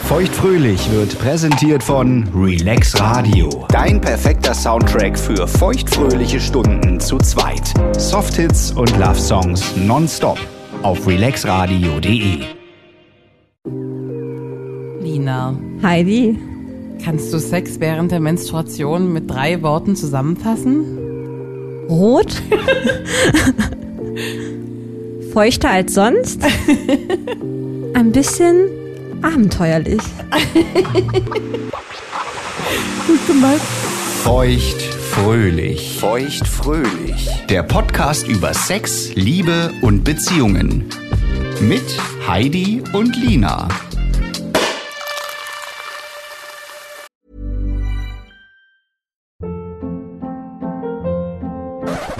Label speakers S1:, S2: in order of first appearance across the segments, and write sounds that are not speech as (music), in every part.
S1: Feuchtfröhlich wird präsentiert von Relax Radio. Dein perfekter Soundtrack für feuchtfröhliche Stunden zu zweit. Softhits und Love Songs nonstop auf relaxradio.de.
S2: Lina,
S3: Heidi,
S2: kannst du Sex während der Menstruation mit drei Worten zusammenfassen?
S3: rot, feuchter als sonst, ein bisschen abenteuerlich.
S1: Feuchtfröhlich. Feuchtfröhlich. Der Podcast über Sex, Liebe und Beziehungen. Mit Heidi und Lina.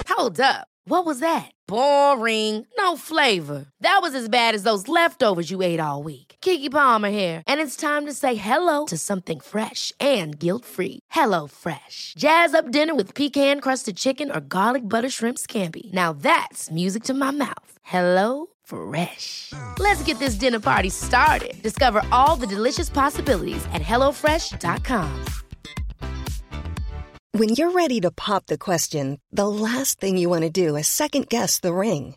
S4: Hold up. What was that? Boring. No flavor. That was as bad as those leftovers you ate all week. Kiki Palmer here, and it's time to say hello to something fresh and guilt-free. Hello Fresh. Jazz up dinner with pecan-crusted chicken or garlic butter shrimp scampi. Now that's music to my mouth. Hello Fresh. Let's get this dinner party started. Discover all the delicious possibilities at hellofresh.com.
S5: When you're ready to pop the question, the last thing you want to do is second guess the ring.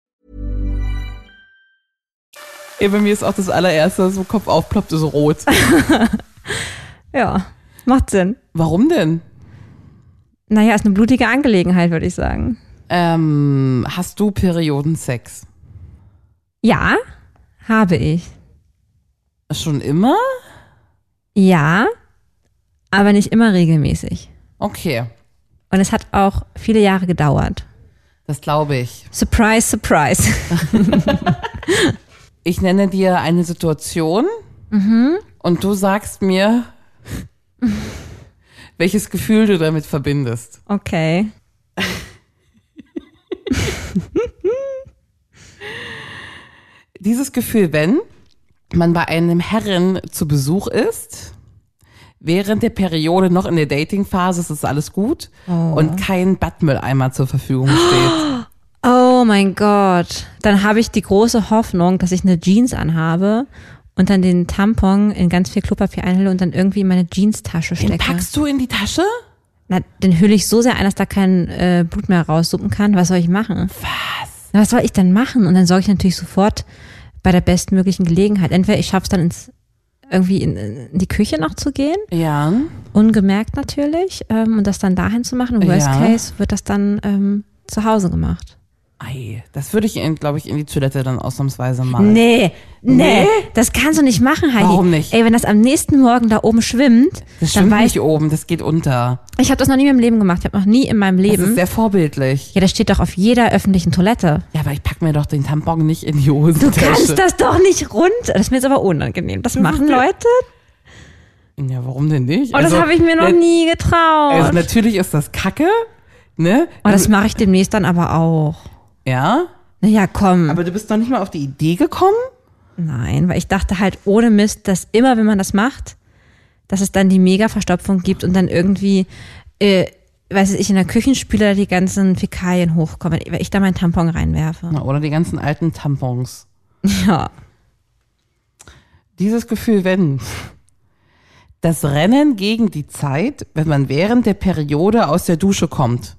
S2: Ey, bei mir ist auch das allererste, was im Kopf aufploppt, ist rot.
S3: Ja, macht Sinn.
S2: (laughs) Warum denn?
S3: Naja, ist eine blutige Angelegenheit, würde ich sagen.
S2: Ähm, hast du Periodensex?
S3: Ja, habe ich.
S2: Schon immer?
S3: Ja, aber nicht immer regelmäßig.
S2: Okay,
S3: Und es hat auch viele Jahre gedauert.
S2: das glaube ich.
S3: Surprise, surprise. (laughs)
S2: Ich nenne dir eine Situation und du sagst mir, (laughs) welches Gefühl du damit verbindest.
S3: Okay.
S2: Dieses Gefühl, wenn man bei einem Herren zu Besuch ist, während der Periode noch in der Datingphase, es ist alles gut und kein Badmülleimer zur Verfügung
S3: (gasps)
S2: steht.
S3: Oh mein Gott. Dann habe ich die große Hoffnung, dass ich eine Jeans anhabe und dann den Tampon in ganz viel Klopapier einhülle und dann irgendwie in meine Jeanstasche
S2: Den
S3: stecke.
S2: packst du in die Tasche?
S3: Na, den hülle ich so sehr ein, dass da kein äh, Blut mehr raussuppen kann. Was soll ich machen? Was? Na, was soll ich dann machen? Und dann sorge ich natürlich sofort bei der bestmöglichen Gelegenheit. Entweder ich schaff's dann ins irgendwie in, in die Küche noch zu gehen,
S2: Ja.
S3: ungemerkt natürlich, ähm, und das dann dahin zu machen. Im Worst
S2: Ja.
S3: Case wird das dann ähm, zu Hause gemacht.
S2: Ei, das würde ich, glaube ich, in die Toilette dann ausnahmsweise machen.
S3: Nee, nee,
S2: Nee?
S3: das kannst du nicht machen, Heidi.
S2: Warum nicht?
S3: Ey, wenn das am nächsten Morgen da oben schwimmt,
S2: Das
S3: dann
S2: stimmt
S3: weiß
S2: nicht oben, das geht unter.
S3: ich, habe das noch nie in meinem Leben gemacht. Ich habe noch nie in meinem
S2: Das ist
S3: Leben.
S2: sehr vorbildlich.
S3: Ja, das steht doch auf jeder öffentlichen Toilette.
S2: Ja, aber ich pack mir doch den Tampon nicht in die
S3: Du
S2: Hosentasche.
S3: kannst das doch nicht rund. Das ist mir jetzt aber unangenehm. Das machen Leute.
S2: Ja, warum denn nicht?
S3: Oh, das habe ich mir noch
S2: äh,
S3: nie getraut.
S2: Also natürlich ist das Kacke, ne?
S3: oh, das mache ich demnächst dann aber auch.
S2: ja.
S3: Naja, komm.
S2: Aber du bist noch nicht mal auf die Idee gekommen?
S3: Nein, weil ich dachte halt ohne Mist, dass immer, wenn man das macht, dass es dann die Mega-Verstopfung gibt und dann irgendwie, äh, weiß ich, in der Küchenspüle die ganzen Fäkalien hochkommen, weil ich da meinen Tampon (laughs) reinwerfe.
S2: Na, Oder die ganzen alten Tampons.
S3: Ja.
S2: Dieses Gefühl, wenn. Das Rennen gegen die Zeit, wenn man während der Periode aus der Dusche kommt.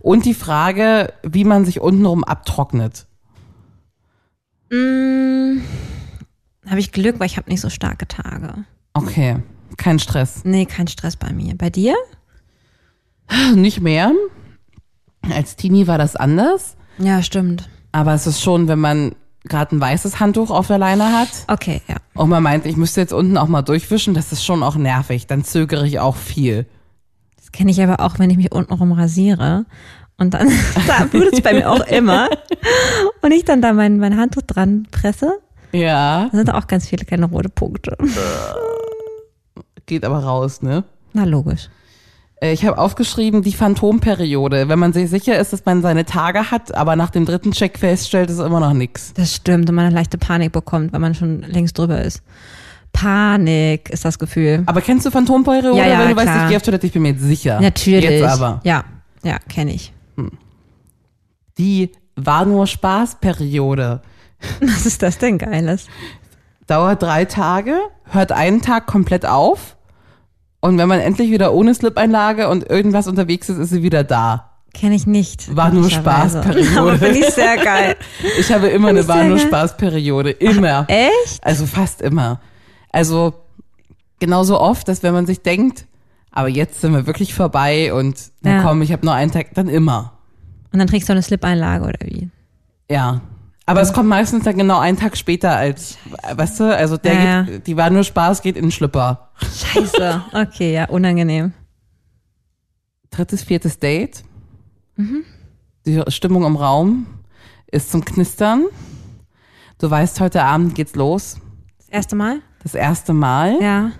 S2: Und die Frage, wie man sich untenrum abtrocknet.
S3: Habe ich Glück, weil ich habe nicht so starke Tage.
S2: Okay, kein Stress. (clears throat)
S3: Nee, kein Stress bei mir. Bei dir?
S2: Nicht mehr. Als Teenie war das anders.
S3: Ja, stimmt.
S2: Aber es ist schon, wenn man gerade ein weißes Handtuch auf der Leine hat
S3: Okay, ja.
S2: und man meint, ich müsste jetzt unten auch mal durchwischen, das ist schon auch nervig. Dann zögere ich auch viel.
S3: Das kenne ich aber auch, wenn ich mich untenrum rasiere. Und (laughs) dann, da blutet es bei mir auch immer. Und ich dann da mein, mein Handtuch dran presse.
S2: Ja.
S3: Da sind auch ganz viele kleine rote Punkte.
S2: Geht aber raus, ne?
S3: Na, logisch.
S2: Äh, Ich habe aufgeschrieben, die Phantomperiode. Wenn man sich sicher ist, dass man seine Tage hat, aber nach dem dritten Check feststellt, ist immer noch nix.
S3: Das stimmt. Und man eine leichte Panik bekommt, weil man schon längst drüber ist. Panik ist das Gefühl.
S2: Aber kennst du Phantomperiode?
S3: Ja, ja,
S2: Wenn du weißt,
S3: klar.
S2: ich gehe auf Toilette, ich bin mir jetzt sicher.
S3: Natürlich.
S2: Jetzt aber.
S3: Ja, ja, kenne ich. (laughs)
S2: Die war nur Spaßperiode.
S3: Was ist das denn Geiles?
S2: Dauert drei Tage, hört einen Tag komplett auf. Und wenn man endlich wieder ohne Slip-Einlage und irgendwas unterwegs ist, ist sie wieder da.
S3: Kenne ich nicht.
S2: War nur
S3: glücklicherweise. (laughs)
S2: Spaßperiode.
S3: Aber finde ich
S2: (laughs)
S3: sehr geil.
S2: Ich habe immer
S3: Fand
S2: eine
S3: ich sehr
S2: war nur
S3: geil.
S2: Spaßperiode. Immer.
S3: Echt?
S2: Also fast immer. Also genauso oft, dass wenn man sich denkt, aber jetzt sind wir wirklich vorbei und na
S3: Ja.
S2: komm, ich habe nur einen Tag, dann immer.
S3: Und dann trägst du eine Slip-Einlage oder wie?
S2: Ja. Aber es kommt meistens dann genau einen Tag später als, weißt du, also der
S3: Ja,
S2: geht, die war nur Spaß, geht in den Schlüpper. (laughs)
S3: Scheiße. Okay, ja, unangenehm.
S2: Drittes, viertes Date.
S3: Mhm.
S2: Die Stimmung im Raum ist zum Knistern. Du weißt, heute Abend geht's los.
S3: Das erste Mal?
S2: Das erste Mal.
S3: Ja.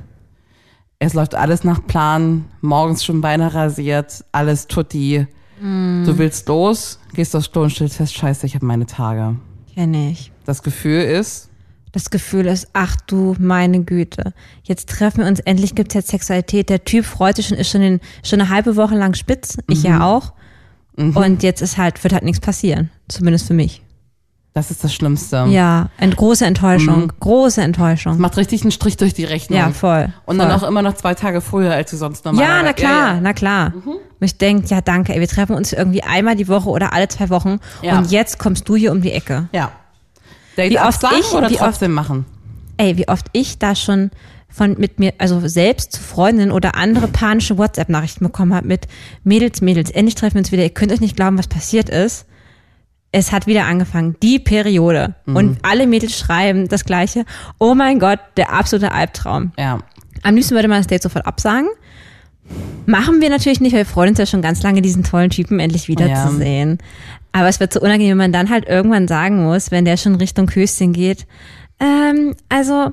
S2: es läuft alles nach Plan, morgens schon Beine rasiert, alles tutti.
S3: Mhm.
S2: Du willst los, gehst aufs Klo und stellst fest, scheiße, ich habe meine Tage.
S3: Kenne ich.
S2: Das Gefühl ist,
S3: Das Gefühl ist, ach du meine Güte, jetzt treffen wir uns, endlich gibt's jetzt Sexualität. Der Typ freut sich schon, ist schon, den, schon eine halbe Woche lang spitz, ich
S2: Mhm.
S3: ja auch. Und jetzt ist halt, wird halt nichts passieren. Zumindest für mich.
S2: das ist das Schlimmste.
S3: Ja, eine große
S2: Mhm.
S3: Enttäuschung. Große Enttäuschung.
S2: Macht richtig einen Strich durch die Rechnung.
S3: Ja, voll.
S2: Und dann
S3: voll.
S2: auch immer noch zwei Tage früher, als du sonst normal
S3: Ja, na klar, na klar.
S2: Mhm.
S3: Und ich denke, ja, danke, ey, wir treffen uns irgendwie einmal die Woche oder alle zwei Wochen.
S2: Ja.
S3: Und jetzt kommst du hier um die Ecke.
S2: Ja. Date
S3: Wie oft
S2: absagen
S3: ich-
S2: oder
S3: wie oft-
S2: trotzdem machen?
S3: ey, wie oft ich da schon von mit mir, also selbst zu Freundinnen oder andere panische WhatsApp-Nachrichten bekommen habe mit Mädels, Mädels, endlich treffen wir uns wieder, ihr könnt euch nicht glauben, was passiert ist. Es hat wieder angefangen, die Periode. Und alle Mädels schreiben das Gleiche. Oh mein Gott, der absolute Albtraum.
S2: Ja.
S3: Am liebsten würde man das Date sofort absagen. Machen wir natürlich nicht, weil wir freuen uns ja schon ganz lange, diesen tollen Typen endlich wiederzusehen. Aber es wird so unangenehm, wenn man dann halt irgendwann sagen muss, wenn der schon Richtung Höschen geht, ähm, also,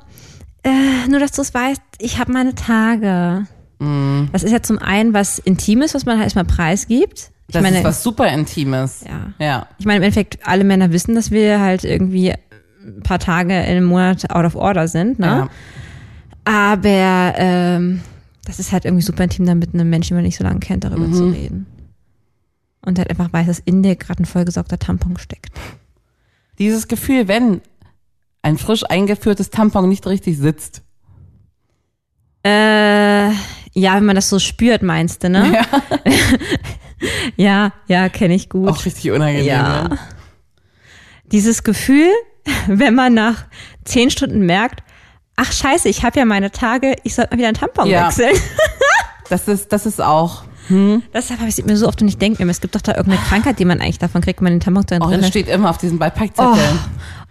S3: äh, nur dass du es weißt, ich habe meine Tage.
S2: Mhm.
S3: Das ist ja zum einen was Intimes, was man halt erstmal preisgibt. Ich
S2: Das
S3: meine,
S2: ist was super Intimes.
S3: Ja.
S2: Ja.
S3: ich meine, im Endeffekt, alle Männer wissen, dass wir halt irgendwie ein paar Tage in einem Monat out of order sind, ne?
S2: ja.
S3: Aber ähm, das ist halt irgendwie super intim, dann mit einem Menschen, den man nicht so lange kennt, darüber zu
S2: Mhm.
S3: reden. Und halt einfach weiß, dass in dir gerade ein vollgesaugter Tampon steckt.
S2: Dieses Gefühl, wenn ein frisch eingeführtes Tampon nicht richtig sitzt.
S3: Äh, ja, wenn man das so spürt, meinst du, ne? Ja, (laughs) ja, kenne ich gut.
S2: Auch richtig unangenehm.
S3: Ja.
S2: ne?
S3: Dieses Gefühl, (laughs) wenn man nach zehn Stunden merkt, ach scheiße, ich habe ja meine Tage, ich sollte mal wieder einen Tampon
S2: Ja.
S3: wechseln. (laughs)
S2: Das ist, das ist auch.
S3: Deshalb habe ich es mir so oft und ich denke mir, es gibt doch da irgendeine Krankheit, die man eigentlich davon kriegt, wenn man den Tampon drin
S2: Ah. Oh, das
S3: lässt.
S2: steht immer auf diesen Beipackzetteln.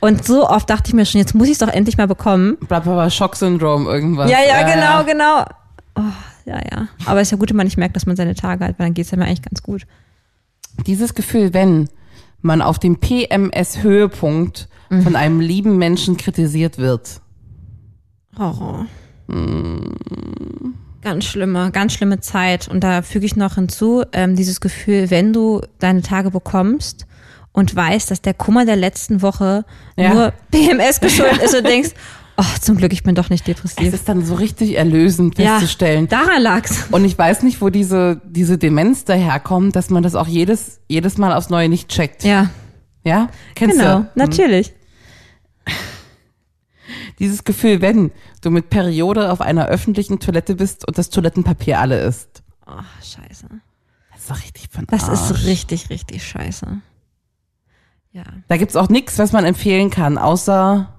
S3: Oh. Und so oft dachte ich mir schon, jetzt muss ich es doch endlich mal bekommen.
S2: Blablabla, Schocksyndrom, irgendwas.
S3: Ja, ja, genau, genau. Oh, ja, ja. Aber es ist ja gut, wenn man nicht merkt, dass man seine Tage hat, weil dann geht es ja mir eigentlich ganz gut.
S2: Dieses Gefühl, wenn man auf dem PMS-Höhepunkt
S3: Mhm.
S2: von einem lieben Menschen kritisiert wird.
S3: Horror.
S2: Hm.
S3: Ganz schlimme, ganz schlimme Zeit. Und da füge ich noch hinzu, ähm, dieses Gefühl, wenn du deine Tage bekommst und weißt, dass der Kummer der letzten Woche
S2: Ja. (laughs)
S3: nur PMS geschuldet ist und denkst, oh, zum Glück, ich bin doch nicht
S2: Es
S3: depressiv.
S2: ist dann so richtig erlösend festzustellen.
S3: daran lag's.
S2: (laughs) Und ich weiß nicht, wo diese, diese Demenz daherkommt, dass man das auch jedes, jedes Mal aufs Neue nicht checkt.
S3: Ja,
S2: Ja? Kennst
S3: genau,
S2: du? Hm. Ne?
S3: natürlich.
S2: Dieses Gefühl, wenn du mit Periode auf einer öffentlichen Toilette bist und das Toilettenpapier alle ist.
S3: Oh, scheiße.
S2: Das ist doch richtig von
S3: Das
S2: Arsch.
S3: ist richtig, richtig scheiße. Ja.
S2: Da gibt's auch nichts, was man empfehlen kann, außer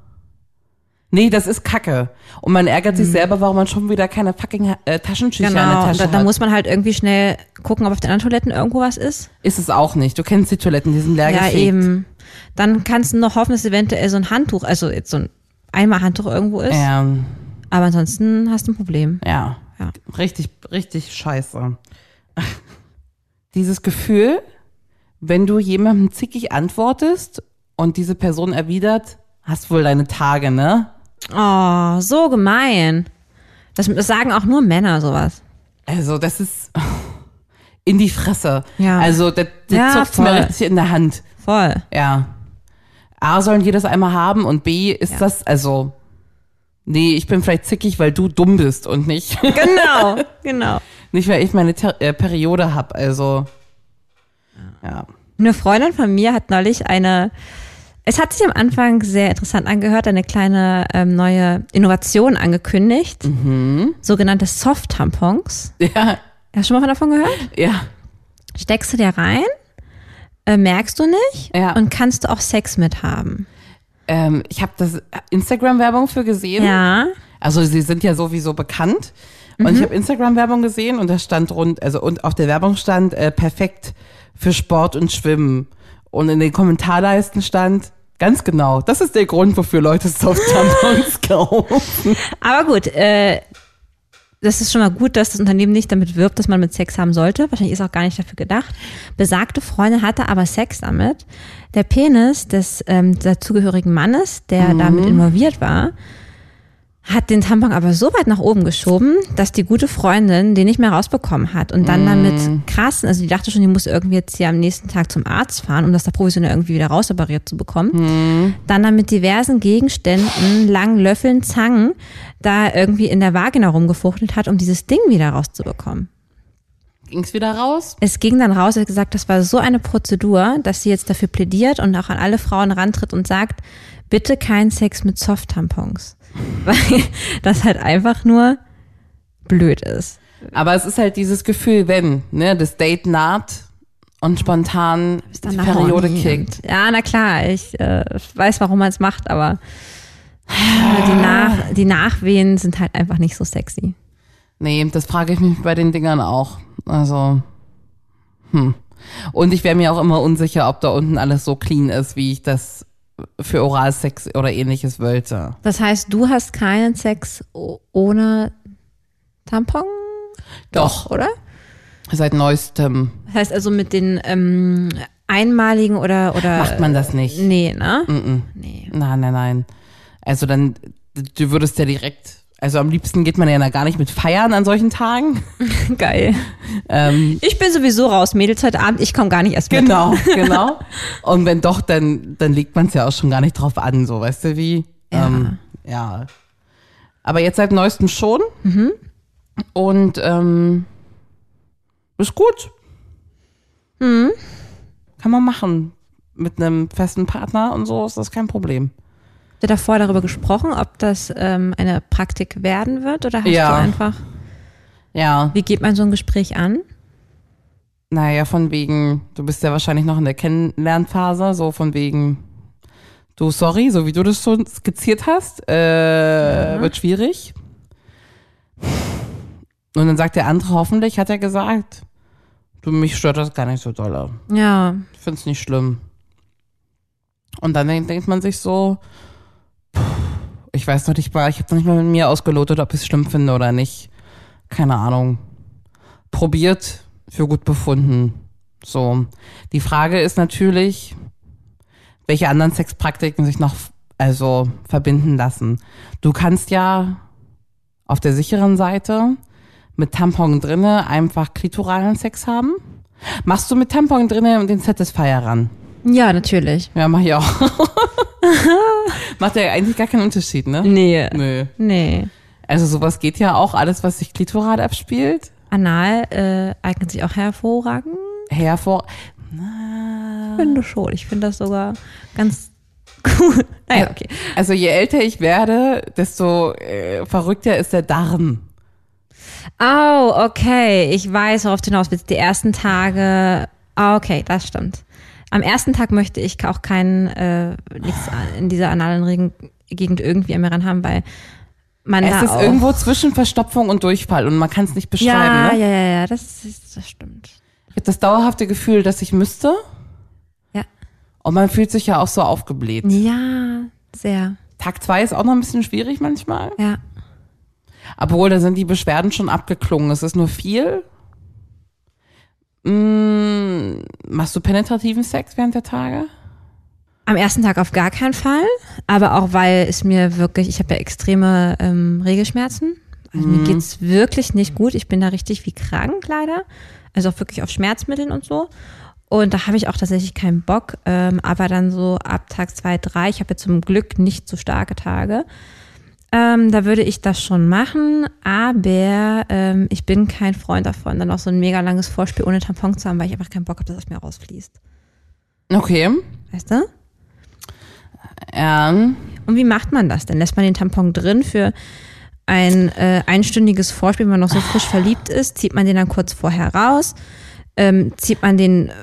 S2: Nee, das ist Kacke. Und man ärgert sich selber, warum man schon wieder keine fucking äh, Taschentücher in der
S3: Mhm. Genau,
S2: Tasche
S3: da, da
S2: hat.
S3: muss man halt irgendwie schnell gucken, ob auf den anderen Toiletten irgendwo was ist.
S2: ist es auch nicht. Du kennst die Toiletten, die sind leer
S3: Ja,
S2: gefegt.
S3: eben. Dann kannst du noch hoffen, dass eventuell so ein Handtuch, also jetzt so ein Eimerhandtuch irgendwo ist.
S2: Ähm,
S3: Aber ansonsten hast du ein Problem.
S2: ja.
S3: Ja.
S2: Richtig, richtig scheiße. (laughs) Dieses Gefühl, wenn du jemandem zickig antwortest und diese Person erwidert, hast wohl deine Tage, ne?
S3: Oh, so gemein. Das, das sagen auch nur Männer sowas.
S2: Also, das ist (laughs) in die Fresse.
S3: Ja.
S2: Also, das, das
S3: Ja,
S2: zupft
S3: voll.
S2: mir richtig in der Hand. (laughs)
S3: Voll.
S2: Ja. A, sollen die das einmal haben und B, ist das, also, nee, ich bin vielleicht zickig, weil du dumm bist und nicht, (laughs)
S3: Genau, genau.
S2: nicht weil ich meine Ter äh, Periode hab. Also, ja.
S3: Eine Freundin von mir hat neulich eine, es hat sich am Anfang sehr interessant angehört, eine kleine ähm, neue Innovation angekündigt. Sogenannte Soft-Tampons.
S2: Mhm. Ja,
S3: Hast du schon mal davon gehört?
S2: ja,
S3: Steckst du dir rein, äh, merkst du nicht
S2: Ja.
S3: und kannst du auch Sex mit haben.
S2: ähm, ich habe das Instagram-Werbung für gesehen.
S3: Ja.
S2: Also sie sind ja sowieso bekannt. Und ich habe Instagram-Werbung gesehen und da stand rund, also und auf der Werbung stand äh, perfekt für Sport und Schwimmen. Und in den Kommentarleisten stand, ganz genau, das ist der Grund, wofür Leute (laughs) Soft-Tampons kaufen.
S3: Aber gut, äh, das ist schon mal gut, dass das Unternehmen nicht damit wirbt, dass man mit Sex haben sollte. Wahrscheinlich ist auch gar nicht dafür gedacht. Besagte Freundin hatte aber Sex damit. Der Penis des ähm, dazugehörigen Mannes, der damit involviert war, hat den Tampon aber so weit nach oben geschoben, dass die gute Freundin den nicht mehr rausbekommen hat und dann damit krassen, also die dachte schon, die muss irgendwie jetzt hier am nächsten Tag zum Arzt fahren, um das da provisionell irgendwie wieder rausoperiert zu bekommen dann da mit diversen Gegenständen, langen Löffeln, Zangen, da irgendwie in der Vagina rumgefuchtelt hat, um dieses Ding wieder rauszubekommen.
S2: Ging's wieder raus?
S3: Es ging dann raus, er hat gesagt, das war so eine Prozedur, dass sie jetzt dafür plädiert und auch an alle Frauen rantritt und sagt, bitte keinen Sex mit Soft-Tampons. (laughs) Weil das halt einfach nur blöd ist.
S2: Aber es ist halt dieses Gefühl, wenn, ne, das Date naht und spontan die
S3: Danach
S2: Periode
S3: horny.
S2: kickt.
S3: Ja, na klar, ich äh, weiß, warum man es macht, aber die, Nach die Nachwehen sind halt einfach nicht so sexy.
S2: Nee, das frage ich mich bei den Dingern auch. Also, hm. Und ich wäre mir auch immer unsicher, ob da unten alles so clean ist, wie ich das für Oralsex oder ähnliches wollte.
S3: Das heißt, du hast keinen Sex o- ohne Tampon,
S2: Doch,
S3: oder?
S2: seit neuestem
S3: Das heißt also mit den ähm, einmaligen oder oder
S2: macht Mm. man das nicht.
S3: nee, ne?
S2: Nein, nein, nein. Also dann, du würdest ja direkt, also am liebsten geht man ja da gar nicht mit feiern an solchen Tagen.
S3: (laughs) Geil. ich bin sowieso raus, Mädels heute Abend. Ich komme gar nicht erst mit.
S2: Ähm. (laughs) Genau, genau. Und wenn doch, dann, dann legt man es ja auch schon gar nicht drauf an, so weißt du wie. Ähm,
S3: Ja.
S2: ja. Aber jetzt seit neuestem schon. Und ähm, ist gut. Mhm. Kann man machen. Mit einem festen Partner und so ist das kein Problem.
S3: Hast du davor darüber gesprochen, ob das ähm, eine Praktik werden wird oder hast
S2: Ja.
S3: du einfach?
S2: Ja,
S3: Wie geht man so ein Gespräch an?
S2: naja, von wegen, du bist ja wahrscheinlich noch in der Kennenlernphase, so von wegen, du, sorry, so wie du das schon skizziert hast, äh, wird schwierig. Und dann sagt der andere, hoffentlich hat er gesagt, du, mich stört das gar nicht so doll.
S3: Ja,
S2: Ich find's nicht schlimm. Und dann denk- denkt man sich so, puh, ich weiß noch nicht mal, ich habe noch nicht mal mit mir ausgelotet, ob ich es schlimm finde oder nicht. Keine Ahnung. Probiert, für gut befunden. So. Die Frage ist natürlich, welche anderen Sexpraktiken sich noch also verbinden lassen. Du kannst ja auf der sicheren Seite mit Tampon drinne einfach klitoralen Sex haben. Machst du mit Tampon drinnen und den Satisfier ran?
S3: ja, natürlich.
S2: Ja, mach ich auch.
S3: (laughs)
S2: Macht ja eigentlich gar keinen Unterschied, ne?
S3: Nee.
S2: Nö.
S3: Nee.
S2: Also sowas geht ja auch, alles, was sich klitoral abspielt.
S3: Anal äh, eignet sich auch hervorragend.
S2: Hervor.
S3: Ich finde schon. Ich finde das sogar ganz (laughs) cool. Naja, okay.
S2: Also je älter ich werde, desto äh, verrückter ist der Darm.
S3: Oh, okay. Ich weiß, worauf du hinaus willst. Die ersten Tage. Ah, okay, das stimmt. Am ersten Tag möchte ich auch keinen äh, nichts an- in dieser analen Regen Gegend irgendwie am Iran haben, weil man
S2: Es
S3: da
S2: ist
S3: auch
S2: irgendwo zwischen Verstopfung und Durchfall und man kann es nicht beschreiben.
S3: ja,
S2: ne?
S3: ja, ja, ja, das, ist, das stimmt.
S2: Ich habe das dauerhafte Gefühl, dass ich müsste.
S3: Ja.
S2: Und man fühlt sich ja auch so aufgebläht.
S3: Ja, sehr.
S2: Tag zwei ist auch noch ein bisschen schwierig manchmal.
S3: Ja.
S2: Obwohl, da sind die Beschwerden schon abgeklungen. Es ist nur viel. Mm, machst du penetrativen Sex während der Tage?
S3: Am ersten Tag auf gar keinen Fall, aber auch weil es mir wirklich, ich habe ja extreme ähm, Regelschmerzen. Also mir geht's wirklich nicht gut. Ich bin da richtig wie krank leider. Also auch wirklich auf Schmerzmitteln und so. Und da habe ich auch tatsächlich keinen Bock. Ähm, aber dann so ab Tag zwei, drei, ich habe ja zum Glück nicht so starke Tage. Ähm, da würde ich das schon machen, aber ähm, ich bin kein Freund davon, dann auch so ein mega langes Vorspiel ohne Tampon zu haben, weil ich einfach keinen Bock habe, dass das aus mir rausfließt.
S2: Okay.
S3: Weißt du?
S2: Ähm,
S3: Und wie macht man das denn? Lässt man den Tampon drin für ein äh, einstündiges Vorspiel, wenn man noch so frisch verliebt ist? Zieht man den dann kurz vorher raus? Ähm, zieht man den äh,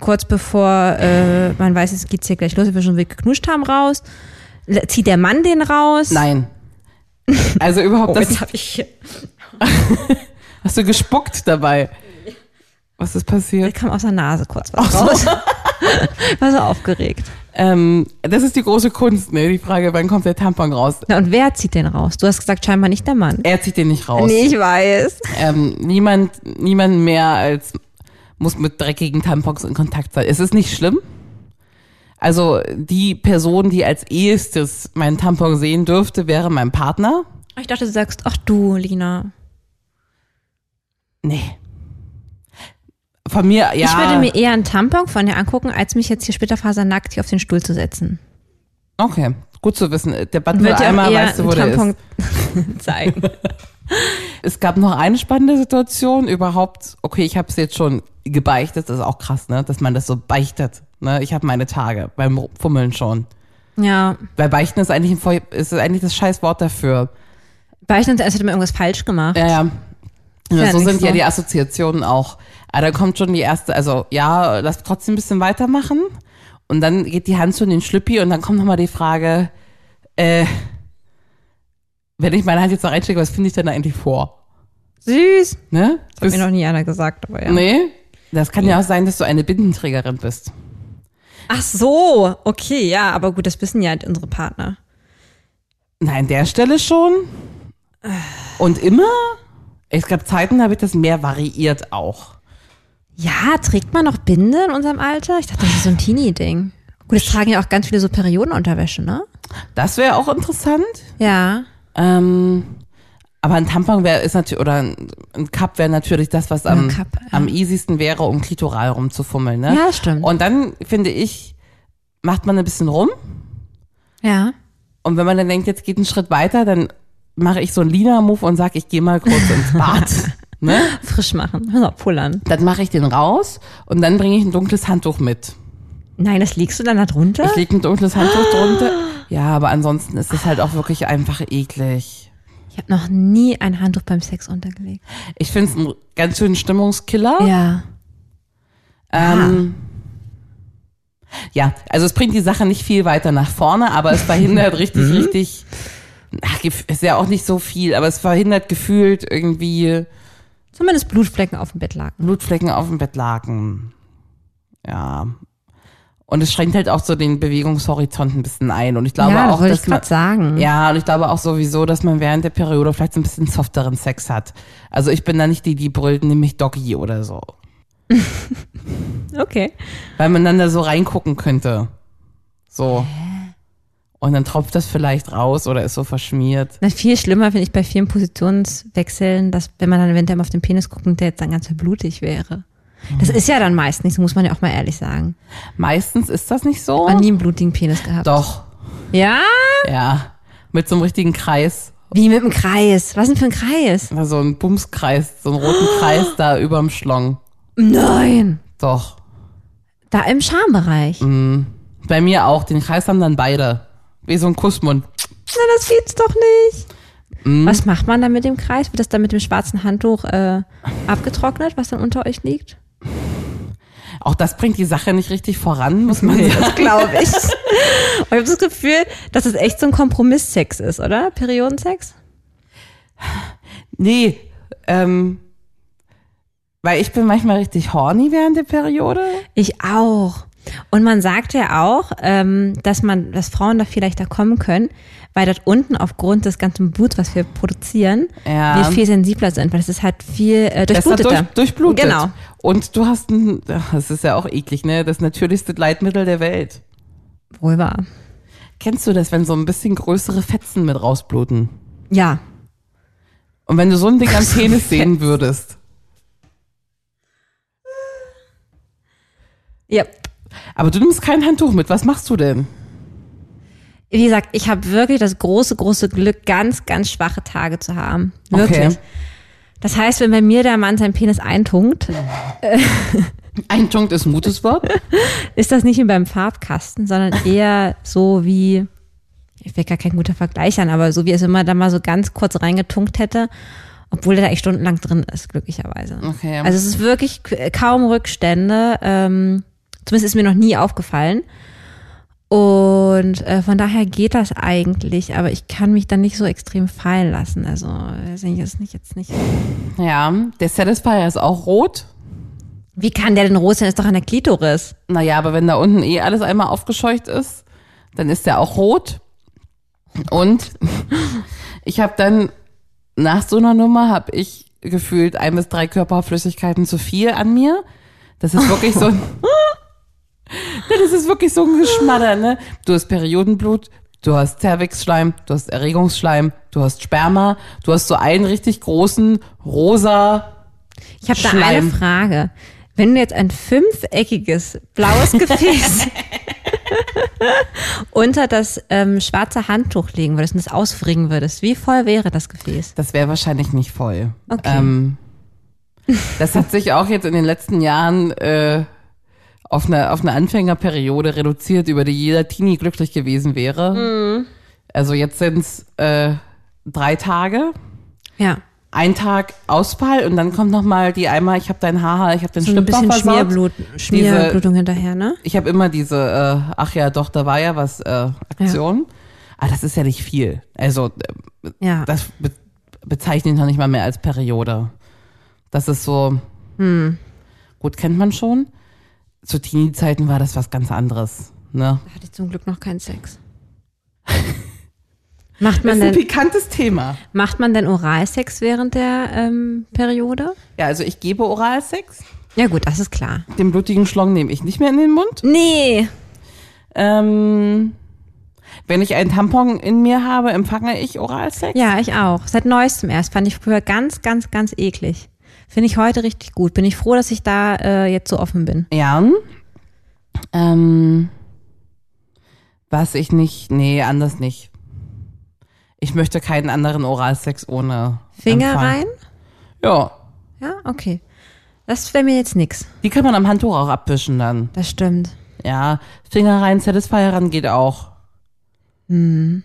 S3: kurz bevor äh, man weiß, es geht hier gleich los, wir schon wild geknuscht haben, raus? L- Zieht der Mann den raus?
S2: nein. Also überhaupt,
S3: Oh,
S2: das
S3: jetzt
S2: ist,
S3: habe ich hier.
S2: hast du gespuckt dabei. Was ist passiert?
S3: Da kam aus der Nase kurz was raus. (laughs) War so aufgeregt.
S2: Ähm, das ist die große Kunst, ne? Die Frage, wann kommt der Tampon raus?
S3: Na, und wer zieht den raus? Du hast gesagt, scheinbar nicht der Mann.
S2: Er zieht den nicht raus.
S3: Nee, ich weiß.
S2: ähm, niemand, niemand mehr als muss mit dreckigen Tampons in Kontakt sein. Es ist nicht schlimm. Also die Person, die als ehestes meinen Tampon sehen dürfte, wäre mein Partner.
S3: Ich dachte, du sagst, ach du, Lina.
S2: Nee. Von mir, ja.
S3: Ich würde mir eher einen Tampon von dir angucken, als mich jetzt hier später fasernackt hier auf den Stuhl zu setzen.
S2: okay, gut zu wissen. Der Band
S3: Würde
S2: wird
S3: dir auch
S2: einmal,
S3: eher
S2: weißt du, wo
S3: einen
S2: der ist.
S3: Tampon
S2: (laughs)
S3: zeigen.
S2: Es gab noch eine spannende Situation überhaupt. Okay, ich habe es jetzt schon gebeichtet. Das ist auch krass, ne? Dass man das so beichtet. Ne? Ich habe meine Tage beim Fummeln schon.
S3: Ja.
S2: Weil Beichten ist eigentlich, ein, voll- ist eigentlich das Scheißwort dafür.
S3: Beichten, als hätte man irgendwas falsch gemacht.
S2: Ja, ja.
S3: Ja,
S2: Also so
S3: nicht
S2: sind ja
S3: so.
S2: die Assoziationen auch. Aber da kommt schon die erste, also ja, lass trotzdem ein bisschen weitermachen. Und dann geht die Hand zu in den Schlüppi und dann kommt nochmal die Frage, äh, wenn ich meine Hand jetzt da reinstecke, was finde ich denn da eigentlich vor?
S3: Süß.
S2: Ne?
S3: Hat mir
S2: Bist-
S3: noch nie einer gesagt, aber ja.
S2: nee? Das kann ja auch sein, dass du eine Bindenträgerin bist.
S3: Ach so, okay, ja, aber gut, das wissen ja halt unsere Partner.
S2: Na, an der Stelle schon. Und immer? Es gab Zeiten, da habe ich das mehr variiert auch.
S3: Ja, trägt man noch Binde in unserem Alter? Ich dachte, das ist
S2: (laughs)
S3: so ein Teenie-Ding. Gut, das tragen ja auch ganz viele so Periodenunterwäsche, ne?
S2: Das wäre auch interessant.
S3: Ja.
S2: Ähm, aber ein Tampon wäre ist natürlich oder ein ein Cup wäre natürlich das, was am,
S3: Ein Cup, ja.
S2: am easiesten wäre, um klitoral rumzufummeln. Ne?
S3: Ja, das stimmt.
S2: Und dann finde ich, macht man ein bisschen rum
S3: Ja.
S2: und wenn man dann denkt, jetzt geht ein Schritt weiter, dann mache ich so einen Lina-Move und sage, ich gehe mal
S3: (laughs)
S2: kurz ins Bad. ne?
S3: Frisch machen. Also pullern.
S2: Dann mache ich den raus und dann bringe ich ein dunkles Handtuch mit.
S3: Nein, das legst du dann da drunter?
S2: Ich lege ein dunkles Handtuch drunter. Ja, aber ansonsten ist es halt auch wirklich einfach eklig.
S3: Ich habe noch nie ein Handtuch beim Sex untergelegt.
S2: Ich finde es einen ganz schönen Stimmungskiller.
S3: Ja.
S2: Ähm, ja, also es bringt die Sache nicht viel weiter nach vorne, aber es verhindert
S3: (laughs) Mhm.
S2: richtig, richtig. Ach, gef- ist ja auch nicht so viel, aber es verhindert gefühlt irgendwie
S3: Zumindest Blutflecken auf dem Bettlaken.
S2: Blutflecken auf dem Bettlaken. Ja. Und es schränkt halt auch so den Bewegungshorizont ein bisschen ein. Und ich glaube
S3: ja,
S2: auch,
S3: wollte ich
S2: dass man,
S3: gerade sagen.
S2: ja, und ich glaube auch sowieso, dass man während der Periode vielleicht so ein bisschen softeren Sex hat. Also ich bin da nicht die, die brüllt, nämlich Doggy oder so.
S3: Okay.
S2: Weil man dann da so reingucken könnte. So. Und dann tropft das vielleicht raus oder ist so verschmiert.
S3: Na, viel schlimmer finde ich bei vielen Positionswechseln, dass wenn man dann eventuell mal auf den Penis guckt und der jetzt dann ganz blutig wäre.
S2: Mhm.
S3: Das ist ja dann meist nicht, so muss man ja auch mal ehrlich sagen.
S2: Meistens ist das nicht
S3: Ich
S2: so.
S3: habe nie einen blutigen Penis gehabt.
S2: Doch,
S3: Ja?
S2: ja. Mit so einem richtigen Kreis.
S3: Wie mit einem Kreis. Was denn für ein Kreis?
S2: Na, So ein Bumskreis, so einen roten Kreis da überm Schlong.
S3: Nein.
S2: Doch.
S3: Da im Schambereich.
S2: Mhm. Bei mir auch. Den Kreis haben dann beide. Wie so ein Kussmund.
S3: Na, das geht's doch nicht.
S2: Mhm.
S3: Was macht man dann mit dem Kreis? Wird das dann mit dem schwarzen Handtuch äh, abgetrocknet, was dann unter euch liegt?
S2: Auch das bringt die Sache nicht richtig voran, muss man
S3: Nee,
S2: sagen.
S3: das glaube ich. Aber ich habe das Gefühl, dass es echt so ein Kompromisssex ist, oder? Periodensex?
S2: Nee, ähm, weil ich bin manchmal richtig horny während der Periode.
S3: Ich auch. Und man sagt ja auch, ähm, dass man, dass Frauen da vielleicht da kommen können, weil dort unten aufgrund des ganzen Bluts, was wir produzieren,
S2: Ja.
S3: wir viel sensibler sind, weil es ist halt viel äh,
S2: Besser
S3: durchbluteter.
S2: durch, durchblutet.
S3: Genau.
S2: Und du hast ein, ach, das ist ja auch eklig, ne? Das natürlichste Leitmittel der Welt.
S3: Wohl wahr.
S2: Kennst du das, wenn so ein bisschen größere Fetzen mit rausbluten?
S3: Ja.
S2: Und wenn du so ein Ding am Penis sehen würdest.
S3: Ja.
S2: Aber du nimmst kein Handtuch mit. Was machst du denn?
S3: Wie gesagt, ich habe wirklich das große, große Glück, ganz, ganz schwache Tage zu haben. Wirklich.
S2: Okay.
S3: Das heißt, wenn bei mir der Mann seinen Penis eintunkt,
S2: Ein Tunkt ist ein gutes Wort.
S3: ist das nicht wie beim Farbkasten, sondern eher so wie, ich will gar kein guter Vergleich sein, aber so wie es immer da mal so ganz kurz reingetunkt hätte, obwohl er da echt stundenlang drin ist, glücklicherweise.
S2: Okay.
S3: Also es ist wirklich k- kaum Rückstände, ähm, zumindest ist mir noch nie aufgefallen. Und äh, von daher geht das eigentlich, aber ich kann mich dann nicht so extrem fallen lassen. Also, weiß nicht, ist nicht jetzt nicht.
S2: Ja, der Satisfier ist auch rot.
S3: Wie kann der denn rot sein? Ist doch an der Klitoris.
S2: Naja, aber wenn da unten eh alles einmal aufgescheucht ist, dann ist der auch rot. Und (laughs) ich habe dann nach so einer Nummer habe ich gefühlt ein bis drei Körperflüssigkeiten zu viel an mir. Das ist wirklich so ein, (laughs) Ja, das ist wirklich so ein Geschmadder, ne? Du hast Periodenblut, du hast Cervixschleim, du hast Erregungsschleim, du hast Sperma, du hast so einen richtig großen rosa.
S3: Ich habe da eine
S2: Schleim.
S3: Frage. Wenn du jetzt ein fünfeckiges
S2: (laughs)
S3: blaues Gefäß unter das ähm, schwarze Handtuch legen würdest und es ausfringen würdest, wie voll wäre das Gefäß?
S2: Das wäre wahrscheinlich nicht voll.
S3: Okay.
S2: Ähm, das hat sich auch jetzt in den letzten Jahren äh, auf eine, auf eine Anfängerperiode reduziert, über die jeder Teenie glücklich gewesen wäre.
S3: Mhm.
S2: Also jetzt sind es äh, drei Tage.
S3: Ja,
S2: Ein Tag Ausfall und dann kommt nochmal die einmal, ich habe dein Haarhaar, ich habe den
S3: so ein
S2: Schlüpper
S3: bisschen
S2: versaut.
S3: Schmierblut, Schmierblutung hinterher, ne?
S2: Ich habe immer diese, äh, ach ja, doch, da war ja was, äh, Aktion. Aber das ist ja nicht viel. Also äh,
S3: Ja.
S2: das be bezeichne ich noch nicht mal mehr als Periode. Das ist so, Hm. gut, kennt man schon. Zu Teenie-Zeiten war das was ganz anderes. Ne?
S3: Da hatte ich zum Glück noch
S2: (laughs)
S3: keinen Sex. macht,
S2: Das
S3: man
S2: ist ein
S3: denn,
S2: pikantes Thema.
S3: macht man denn Oralsex während der ähm, Periode?
S2: Ja, also ich gebe Oralsex.
S3: Ja gut, das ist klar.
S2: Den blutigen Schlong nehme ich nicht mehr in den Mund.
S3: Nee.
S2: Ähm, wenn ich einen Tampon in mir habe, empfange ich Oralsex.
S3: Ja, ich auch. Seit neuestem erst. Fand ich früher ganz, ganz, ganz eklig. Finde ich heute richtig gut. Bin ich froh, dass ich da äh, jetzt so offen bin.
S2: Ja. Ähm, was ich nicht, nee, anders nicht. Ich möchte keinen anderen Oralsex ohne
S3: Finger
S2: Empfang.
S3: rein?
S2: Ja,
S3: Ja, okay. Das wäre mir jetzt nix.
S2: die kann man am Handtuch auch abwischen dann.
S3: Das stimmt.
S2: Ja, Finger rein, Satisfier ran geht auch.
S3: Ah.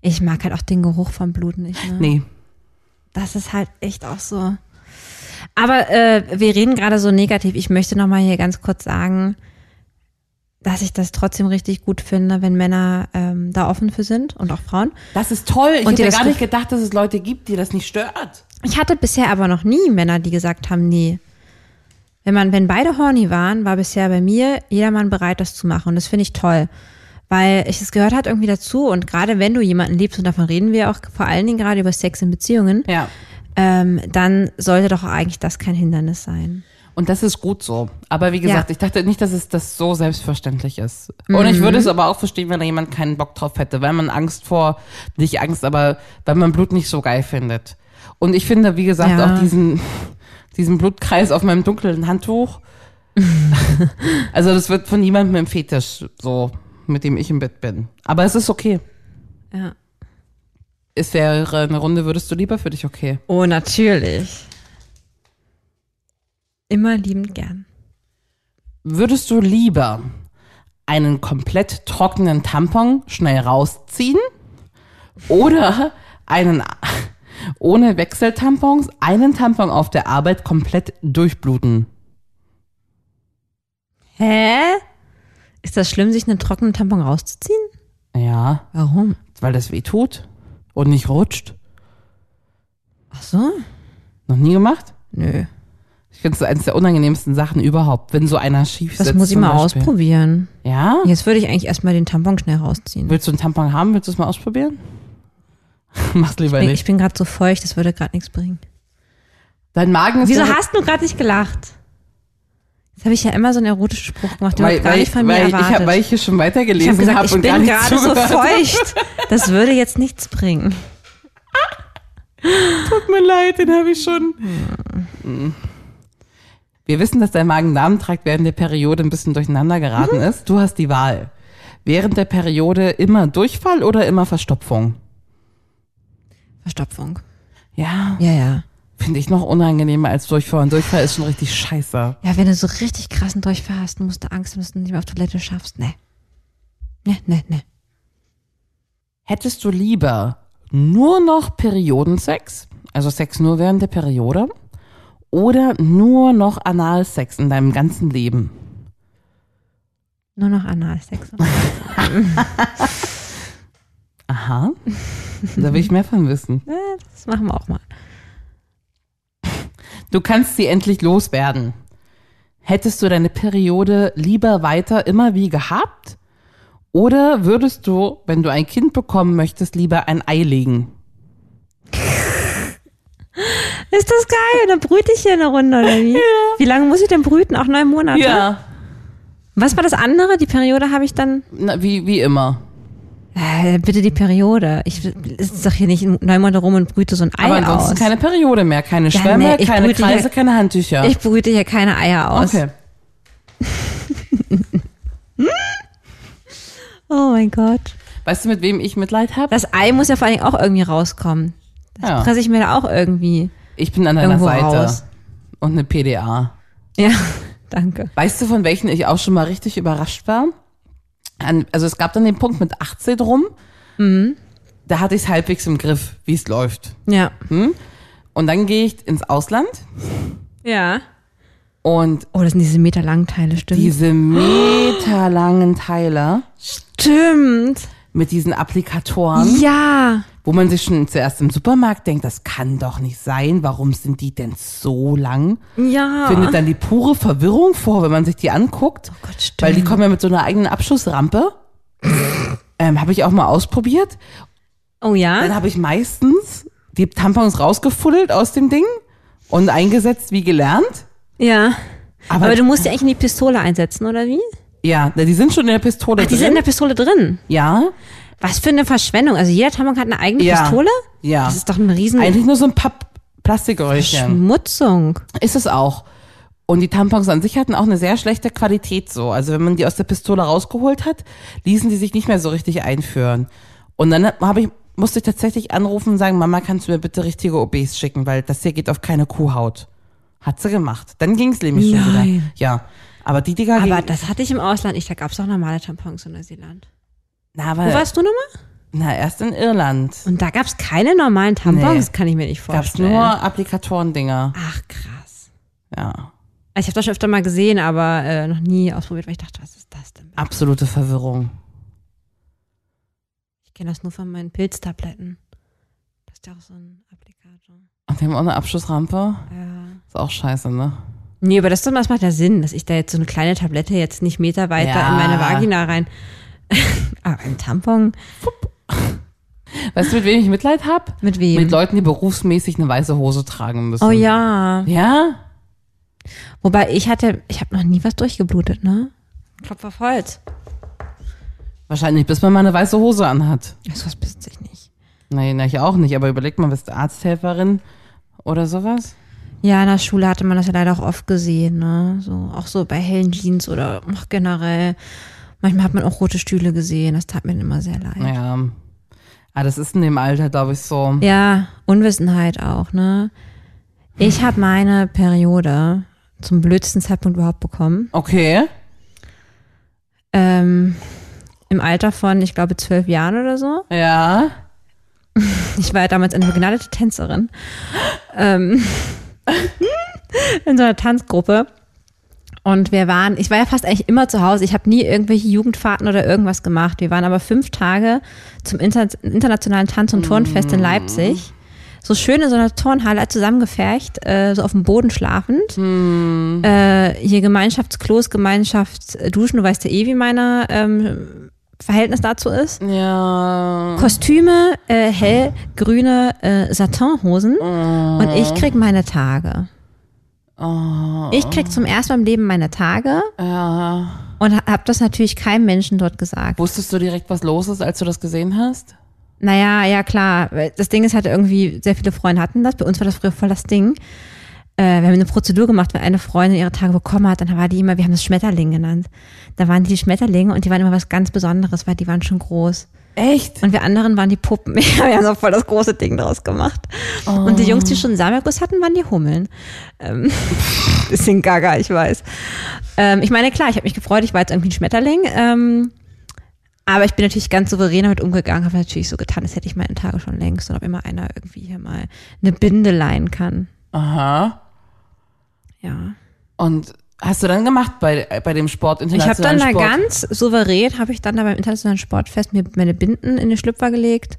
S3: Ich mag halt auch den Geruch vom Blut nicht. Ne?
S2: Nee.
S3: Das ist halt echt auch so. Aber äh, wir reden gerade so negativ. Ich möchte nochmal hier ganz kurz sagen, dass ich das trotzdem richtig gut finde, wenn Männer ähm, da offen für sind und auch Frauen.
S2: Das ist toll. Ich
S3: Und dir
S2: hätte
S3: das
S2: gar
S3: ge-
S2: nicht gedacht, dass es Leute gibt, die das nicht stört.
S3: Ich hatte bisher aber noch nie Männer, die gesagt haben, nee. Wenn man, wenn beide horny waren, war bisher bei mir jedermann bereit, das zu machen. Und das finde ich toll. Weil ich es gehört hat irgendwie dazu. Und gerade wenn du jemanden liebst, und davon reden wir auch vor allen Dingen gerade über Sex in Beziehungen,
S2: Ja.
S3: ähm, dann sollte doch eigentlich das kein Hindernis sein.
S2: Und das ist gut so. Aber wie gesagt,
S3: Ja. Mhm.
S2: ich dachte nicht, dass es das so selbstverständlich ist. Und ich würde es aber auch verstehen, wenn da jemand keinen Bock drauf hätte, weil man Angst vor, nicht Angst, aber weil man Blut nicht so geil findet. Und ich finde, wie gesagt,
S3: Ja.
S2: auch diesen, (laughs) diesen Blutkreis auf meinem dunklen
S3: (laughs)
S2: Handtuch. also das wird von niemandem im Fetisch, so, mit dem ich im Bett bin. Aber es ist okay.
S3: Ja.
S2: Es wäre eine Runde, würdest du lieber für dich okay?
S3: Oh, natürlich. Immer liebend gern.
S2: Würdest du lieber einen komplett trockenen Tampon schnell rausziehen oder einen ohne Wechseltampons einen Tampon auf der Arbeit komplett durchbluten?
S3: Hä? Ist das schlimm, sich einen trockenen Tampon rauszuziehen?
S2: Ja,
S3: Warum?
S2: weil das weh tut und nicht rutscht.
S3: Ach so?
S2: Noch nie gemacht?
S3: Nö.
S2: Ich finde es eines der unangenehmsten Sachen überhaupt, wenn so einer schief
S3: Das
S2: sitzt.
S3: muss ich
S2: zum
S3: mal
S2: Beispiel.
S3: ausprobieren.
S2: Ja?
S3: Jetzt würde ich eigentlich erstmal den Tampon schnell rausziehen.
S2: Willst du einen Tampon haben? Willst du es mal ausprobieren? (laughs) Mach's lieber
S3: Ich bin,
S2: nicht.
S3: ich bin gerade so feucht, das würde gerade nichts bringen.
S2: Dein Magen ist
S3: Wieso
S2: ja so-
S3: hast du gerade nicht gelacht? Jetzt habe ich ja immer so einen erotischen Spruch gemacht, den man
S2: weil,
S3: gar
S2: weil,
S3: nicht von mir
S2: weil, ich
S3: erwartet.
S2: hab, weil ich hier schon
S3: Ich habe
S2: weitergelesen habe
S3: gesagt,
S2: hab
S3: ich
S2: und gar
S3: bin
S2: nicht
S3: gerade so
S2: zugehört.
S3: feucht. Das würde jetzt nichts bringen.
S2: Tut mir leid, den habe ich schon. Hm. Wir wissen, dass dein Magen-Darm-Trakt während der Periode ein bisschen durcheinander geraten ist. Du hast die Wahl. Während der Periode immer Durchfall oder immer Verstopfung?
S3: Verstopfung.
S2: Ja,
S3: Ja, ja.
S2: finde ich noch unangenehmer als Durchfall. Und Durchfall ist schon richtig scheiße.
S3: Ja, wenn du so richtig krassen Durchfall hast, musst du Angst haben, dass du nicht mehr auf Toilette schaffst. Nee. Nee, nee, nee.
S2: Hättest du lieber nur noch Periodensex, also Sex nur während der Periode, oder nur noch Analsex in deinem ganzen Leben?
S3: Nur
S2: (laughs)
S3: noch Analsex.
S2: Aha. Da will ich mehr von wissen.
S3: Das machen wir auch mal.
S2: Du kannst sie endlich loswerden. Hättest du deine Periode lieber weiter immer wie gehabt? Oder würdest du, wenn du ein Kind bekommen möchtest, lieber ein Ei legen?
S3: Ist das geil? Dann brüte ich hier eine Runde, oder wie? Wie lange muss ich denn brüten? Auch neun Monate? Was war das andere? Die Periode habe ich dann.
S2: Na, wie, wie immer.
S3: Äh, bitte die Periode. Ich sitze doch hier nicht neun Monate rum und brüte so ein Ei
S2: Aber ansonsten
S3: aus.
S2: keine Periode mehr, keine
S3: Ja,
S2: Schwämme,
S3: nee, ich
S2: keine
S3: brüte
S2: Kreise,
S3: hier-
S2: keine Handtücher.
S3: Ich brüte hier keine Eier aus.
S2: okay.
S3: Oh mein Gott.
S2: Weißt du, mit wem ich Mitleid habe?
S3: Das Ei muss ja vor allen Dingen auch irgendwie rauskommen. Das
S2: Ja.
S3: presse ich mir da auch irgendwie
S2: Ich bin an deiner
S3: irgendwo
S2: Seite.
S3: raus.
S2: Und eine PDA.
S3: Ja, (laughs) danke.
S2: Weißt du, von welchen ich auch schon mal richtig überrascht war? An, also es gab dann den Punkt mit 18 rum,
S3: Mhm.
S2: da hatte ich es halbwegs im Griff, wie es läuft.
S3: Ja.
S2: Hm? Und dann gehe ich ins Ausland
S3: Ja.
S2: und
S3: Oh, das sind diese meterlangen Teile, stimmt.
S2: diese meterlangen Teile
S3: Stimmt.
S2: mit diesen Applikatoren,
S3: Ja.
S2: wo man sich schon zuerst im Supermarkt denkt, das kann doch nicht sein, warum sind die denn so lang?
S3: Ja.
S2: Findet dann die pure Verwirrung vor, wenn man sich die anguckt.
S3: Oh Gott, stimmt.
S2: Weil die kommen ja mit so einer eigenen
S3: (laughs)
S2: Abschussrampe. ähm, habe ich auch mal ausprobiert.
S3: oh
S2: Dann
S3: ja?
S2: habe ich meistens die Tampons rausgefuddelt aus dem Ding und eingesetzt wie gelernt.
S3: Ja.
S2: Aber,
S3: Aber, du musst ja eigentlich in die Pistole einsetzen, oder wie?
S2: ja, na, die sind schon in der Pistole
S3: Ach, die sind in
S2: drin.
S3: der Pistole drin.
S2: ja,
S3: Was für eine Verschwendung. Also jeder Tampon hat eine eigene
S2: Ja.
S3: Pistole?
S2: ja.
S3: Das ist doch ein riesen
S2: Eigentlich nur so ein Papp-Plastikröhrchen.
S3: Schmutzung.
S2: Ist es auch. Und die Tampons an sich hatten auch eine sehr schlechte Qualität so. Also wenn man die aus der Pistole rausgeholt hat, ließen die sich nicht mehr so richtig einführen. Und dann habe ich, musste ich tatsächlich anrufen und sagen, Mama, kannst du mir bitte richtige OBs schicken, weil das hier geht auf keine Kuhhaut. Hat sie gemacht. Dann ging es nämlich schon wieder.
S3: Nein.
S2: Ja. Aber die Dinger
S3: Aber
S2: gingen-
S3: das hatte ich im Ausland nicht. Da gab es auch normale Tampons in Neuseeland.
S2: Na,
S3: Wo
S2: aber,
S3: warst du nochmal?
S2: na erst in Irland
S3: Und da gab es keine normalen Tampons,
S2: Nee.
S3: kann ich mir nicht
S2: gab es
S3: vorstellen.
S2: nur Applikatoren-Dinger.
S3: Ach krass.
S2: Ja.
S3: Also ich habe das schon öfter mal gesehen, aber äh, noch nie ausprobiert, weil ich dachte, was ist das denn?
S2: Absolute Verwirrung.
S3: Ich kenne das nur von meinen Pilztabletten. Das ist ja auch so ein Applikator.
S2: Und wir haben auch eine Abschlussrampe.
S3: Ja.
S2: Ist auch scheiße, ne?
S3: Nee, aber das, das macht ja Sinn, dass ich da jetzt so eine kleine Tablette jetzt nicht Meter weiter
S2: Ja.
S3: in meine Vagina rein. (laughs) aber ein Tampon?
S2: Weißt du, mit wem ich Mitleid hab?
S3: Mit wem?
S2: Mit Leuten, die berufsmäßig eine weiße Hose tragen müssen.
S3: oh ja.
S2: Ja?
S3: Wobei ich hatte, ich habe noch nie was durchgeblutet, ne? Klopf auf Holz.
S2: Wahrscheinlich, bis man mal eine weiße Hose anhat.
S3: So was bist ich nicht.
S2: Nein, na, ich auch nicht, aber überleg mal, bist du Arzthelferin oder sowas?
S3: Ja, in der Schule hatte man das ja leider auch oft gesehen, ne? So, auch so bei hellen Jeans oder auch generell. Manchmal hat man auch rote Stühle gesehen. Das tat mir immer sehr leid.
S2: Ja. Ah, das ist in dem Alter, glaube ich, so.
S3: Ja, Unwissenheit auch, ne? Ich habe meine Periode zum blödsten Zeitpunkt überhaupt bekommen.
S2: Okay.
S3: Ähm, Im Alter von, ich glaube, zwölf Jahren oder so.
S2: Ja.
S3: Ich war ja damals eine begnadete Tänzerin. Ähm, in so einer Tanzgruppe. Und wir waren, ich war ja fast eigentlich immer zu Hause. Ich habe nie irgendwelche Jugendfahrten oder irgendwas gemacht. Wir waren aber fünf Tage zum Inter internationalen Tanz- und Turnfest
S2: Mhm.
S3: in Leipzig. So schön in so einer Turnhalle zusammengefercht, äh, so auf dem Boden schlafend.
S2: Mhm.
S3: Äh, hier Gemeinschaftsklos, Gemeinschaftsduschen, du weißt ja eh, wie meine ähm, Verhältnis dazu ist.
S2: Ja.
S3: Kostüme, äh, hellgrüne äh, Satinhosen und
S2: Oh.
S3: ich krieg meine Tage. Ich krieg zum ersten Mal im Leben meine Tage
S2: Ja.
S3: und ha- hab das natürlich keinem Menschen dort gesagt.
S2: Wusstest du direkt, was los ist, als du das gesehen hast?
S3: Naja, ja klar, weil das Ding ist halt irgendwie, sehr viele Freunde hatten das, bei uns war das früher voll das Ding. Äh, wir haben eine Prozedur gemacht, wenn eine Freundin ihre Tage bekommen hat, dann war die immer, wir haben das Schmetterling genannt. Da waren die Schmetterlinge und die waren immer was ganz Besonderes, weil die waren schon groß.
S2: Echt?
S3: Und wir anderen waren die Puppen. (laughs) Ja, wir haben auch voll das große Ding draus gemacht. Und die Jungs, die schon Samenerguss hatten, waren die Hummeln. Ähm, (laughs) bisschen gaga, ich weiß. Ähm, ich meine, klar, ich habe mich gefreut, ich war jetzt irgendwie ein Schmetterling. Ähm, aber ich bin natürlich ganz souverän damit umgegangen, habe natürlich so getan, als hätte ich meinen Tage schon längst und ob immer einer irgendwie hier mal eine Binde leihen kann.
S2: Aha.
S3: Ja.
S2: Und hast du dann gemacht bei, bei dem Sport
S3: Ich habe dann
S2: internationalen
S3: da
S2: Sport?
S3: ganz souverän, habe ich dann da beim internationalen Sportfest mir meine Binden in den Schlüpfer gelegt.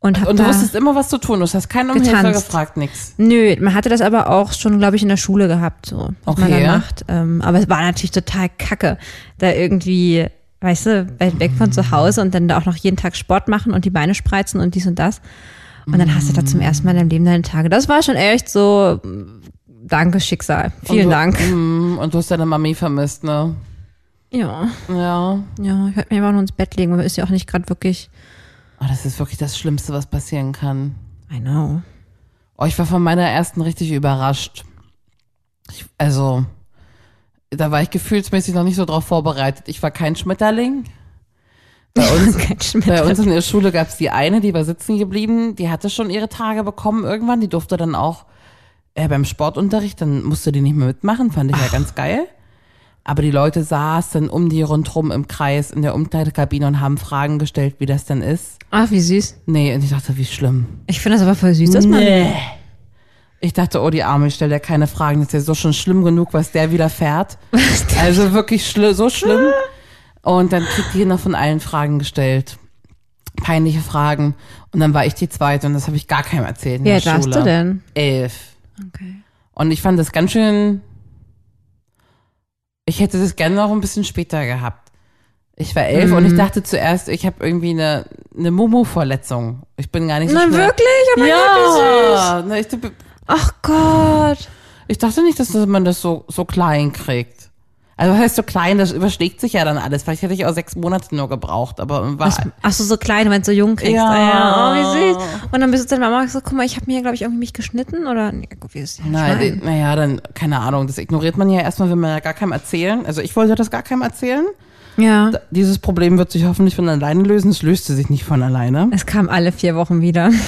S3: Und, hab
S2: Und du
S3: da
S2: wusstest immer, was zu tun ist. Hast keinen um Hilfe
S3: Getanzt.
S2: gefragt, nix.
S3: Nö, man hatte das aber auch schon, glaube ich, in der Schule gehabt, so, was man
S2: Okay.
S3: da macht. Ähm, aber es war natürlich total kacke, da irgendwie, weißt du, weit weg von zu Hause und dann da auch noch jeden Tag Sport machen und die Beine spreizen und dies und das. Und dann hast du da zum ersten Mal in deinem Leben deine Tage. Das war schon echt so, mm, danke Schicksal. Vielen
S2: du-
S3: Dank.
S2: Mm, Und du hast deine Mami vermisst, ne?
S3: Ja,
S2: Ja.
S3: ja, ich hätte mir immer nur ins Bett legen, weil ist ja auch nicht gerade wirklich,
S2: Oh, das ist wirklich das Schlimmste, was passieren kann.
S3: I know.
S2: Oh, ich war von meiner ersten richtig überrascht. Ich, also, da war ich gefühlsmäßig noch nicht so drauf vorbereitet. Ich war kein Schmetterling. Bei uns,
S3: (laughs) Kein
S2: bei uns
S3: Schmetterling.
S2: in der Schule gab es die eine, die war sitzen geblieben, die hatte schon ihre Tage bekommen irgendwann. Die durfte dann auch äh, beim Sportunterricht, dann musste die nicht mehr mitmachen, fand ich ja ganz geil. Aber die Leute saßen um die rundherum im Kreis in der Umkleidekabine und haben Fragen gestellt, wie das denn ist.
S3: Ach, Ah, wie süß.
S2: Nee, und ich dachte, wie schlimm.
S3: Ich finde das aber voll süß, dass man
S2: Ich dachte, oh, die Arme, ich stelle ja keine Fragen. Das ist ja so schon schlimm genug, was der wieder
S3: (laughs)
S2: fährt. Also wirklich schli so schlimm. Und dann kriegt die noch von allen Fragen gestellt. Peinliche Fragen. Und dann war ich die zweite und das habe ich gar keinem erzählt. In
S3: Wie
S2: der
S3: alt warst
S2: Schule.
S3: du denn?
S2: Elf.
S3: Okay.
S2: Und ich fand das ganz schön. Ich hätte das gerne noch ein bisschen später gehabt. Ich war elf
S3: Mhm.
S2: und ich dachte zuerst, ich habe irgendwie eine, eine Mumu-Verletzung. Ich bin gar nicht so
S3: Nein,
S2: schnell-
S3: wirklich? Oh (laughs) mein Gott, wie süß.
S2: Ja, na, ich,
S3: Ach Gott.
S2: Ich dachte nicht, dass man das so, so klein kriegt. Also was heißt so klein, das überschlägt sich ja dann alles. Vielleicht hätte ich auch sechs Monate nur gebraucht, aber war,
S3: Was, ach so, so klein, wenn du so jung kriegst.
S2: Ja.
S3: Ah, ja. Oh, wie süß. Und dann bist du deine Mama und sagst, guck mal, ich habe mir, glaube ich, irgendwie mich geschnitten oder? Nee, gut, wie ist ja
S2: nein,
S3: klein.
S2: die- naja, dann, keine Ahnung, das ignoriert man ja erstmal, will man ja gar keinem erzählen. Also ich wollte das gar keinem erzählen.
S3: Ja.
S2: Dieses Problem wird sich hoffentlich von alleine lösen. Es löste sich nicht von alleine.
S3: Es kam alle vier Wochen wieder. (laughs)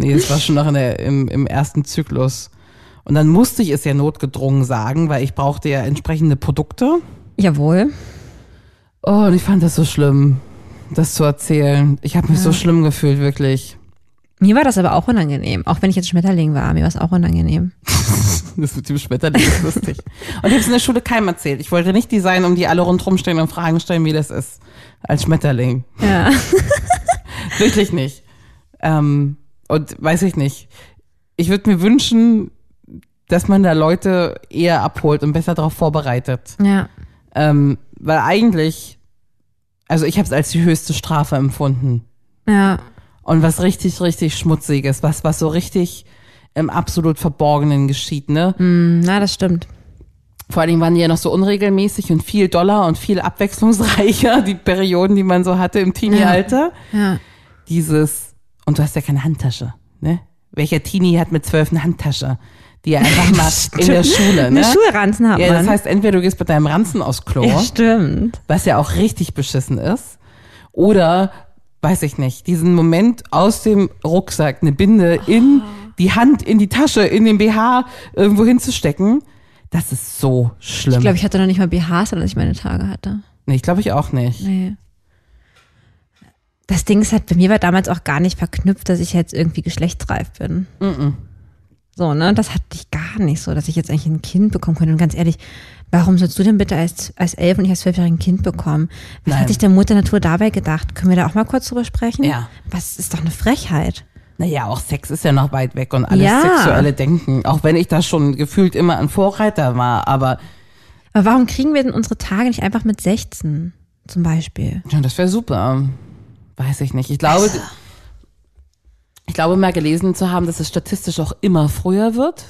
S2: Nee, es war schon noch in der, im, im ersten Zyklus. Und dann musste ich es ja notgedrungen sagen, weil ich brauchte ja entsprechende Produkte.
S3: Jawohl.
S2: Oh, und ich fand das so schlimm, das zu erzählen. Ich habe mich so schlimm gefühlt, wirklich.
S3: Mir war das aber auch unangenehm. Auch wenn ich jetzt Schmetterling war, mir war es auch unangenehm.
S2: Das mit dem Schmetterling ist lustig. Und ich habe es in der Schule keinem erzählt. Ich wollte nicht die sein, um die alle rundherum stehen und Fragen stellen, wie das ist. Als Schmetterling. (laughs)
S3: Ja.
S2: Wirklich nicht. Ähm, und weiß ich nicht. Ich würde mir wünschen, dass man da Leute eher abholt und besser darauf vorbereitet.
S3: (laughs) Ja.
S2: Ähm, weil eigentlich, also ich habe es als die höchste Strafe empfunden.
S3: Ja.
S2: Und was richtig, richtig Schmutziges, was, was so richtig im absolut Verborgenen geschieht, ne?
S3: Hm, Na, das stimmt.
S2: Vor allen Dingen waren die ja noch so unregelmäßig und viel doller und viel abwechslungsreicher, (laughs) die Perioden, die man so hatte im Teenie-Alter.
S3: Ja.
S2: Dieses, und du hast ja keine Handtasche, ne? Welcher Teenie hat mit zwölf eine Handtasche? Die er einfach
S3: (laughs)
S2: mal in der Schule, ne?
S3: Eine Schulranzen hat
S2: ja, das
S3: man. (laughs)
S2: heißt, oh. entweder du gehst mit deinem Ranzen aufs Klo,
S3: ja, stimmt.
S2: was ja auch richtig beschissen ist, oder, weiß ich nicht, diesen Moment aus dem Rucksack eine Binde in
S3: Ah.
S2: die Hand, in die Tasche, in den BH irgendwo hinzustecken, das ist so schlimm.
S3: Ich glaube, ich hatte noch nicht mal BHs, als ich meine Tage hatte.
S2: Nee, ich glaube ich auch nicht.
S3: Nee. Das Ding ist halt, bei mir war damals auch gar nicht verknüpft, dass ich jetzt irgendwie geschlechtsreif bin. So, ne? Das hatte ich gar nicht so, dass ich jetzt eigentlich ein Kind bekommen könnte. Und ganz ehrlich, warum sollst du denn bitte als, als elf und ich als zwölfjährigen ein Kind bekommen? Was
S2: Nein.
S3: hat sich der Mutter Natur dabei gedacht? Können wir da auch mal kurz drüber sprechen?
S2: Ja.
S3: Was ist doch eine Frechheit.
S2: Naja, auch Sex ist ja noch weit weg und alles
S3: Ja.
S2: sexuelle Denken, auch wenn ich da schon gefühlt immer ein Vorreiter war, aber
S3: Aber warum kriegen wir denn unsere Tage nicht einfach mit 16 zum Beispiel?
S2: ja, das wäre super. Weiß ich nicht. Ich glaube,
S3: Also.
S2: ich glaube mal gelesen zu haben, dass es statistisch auch immer früher wird,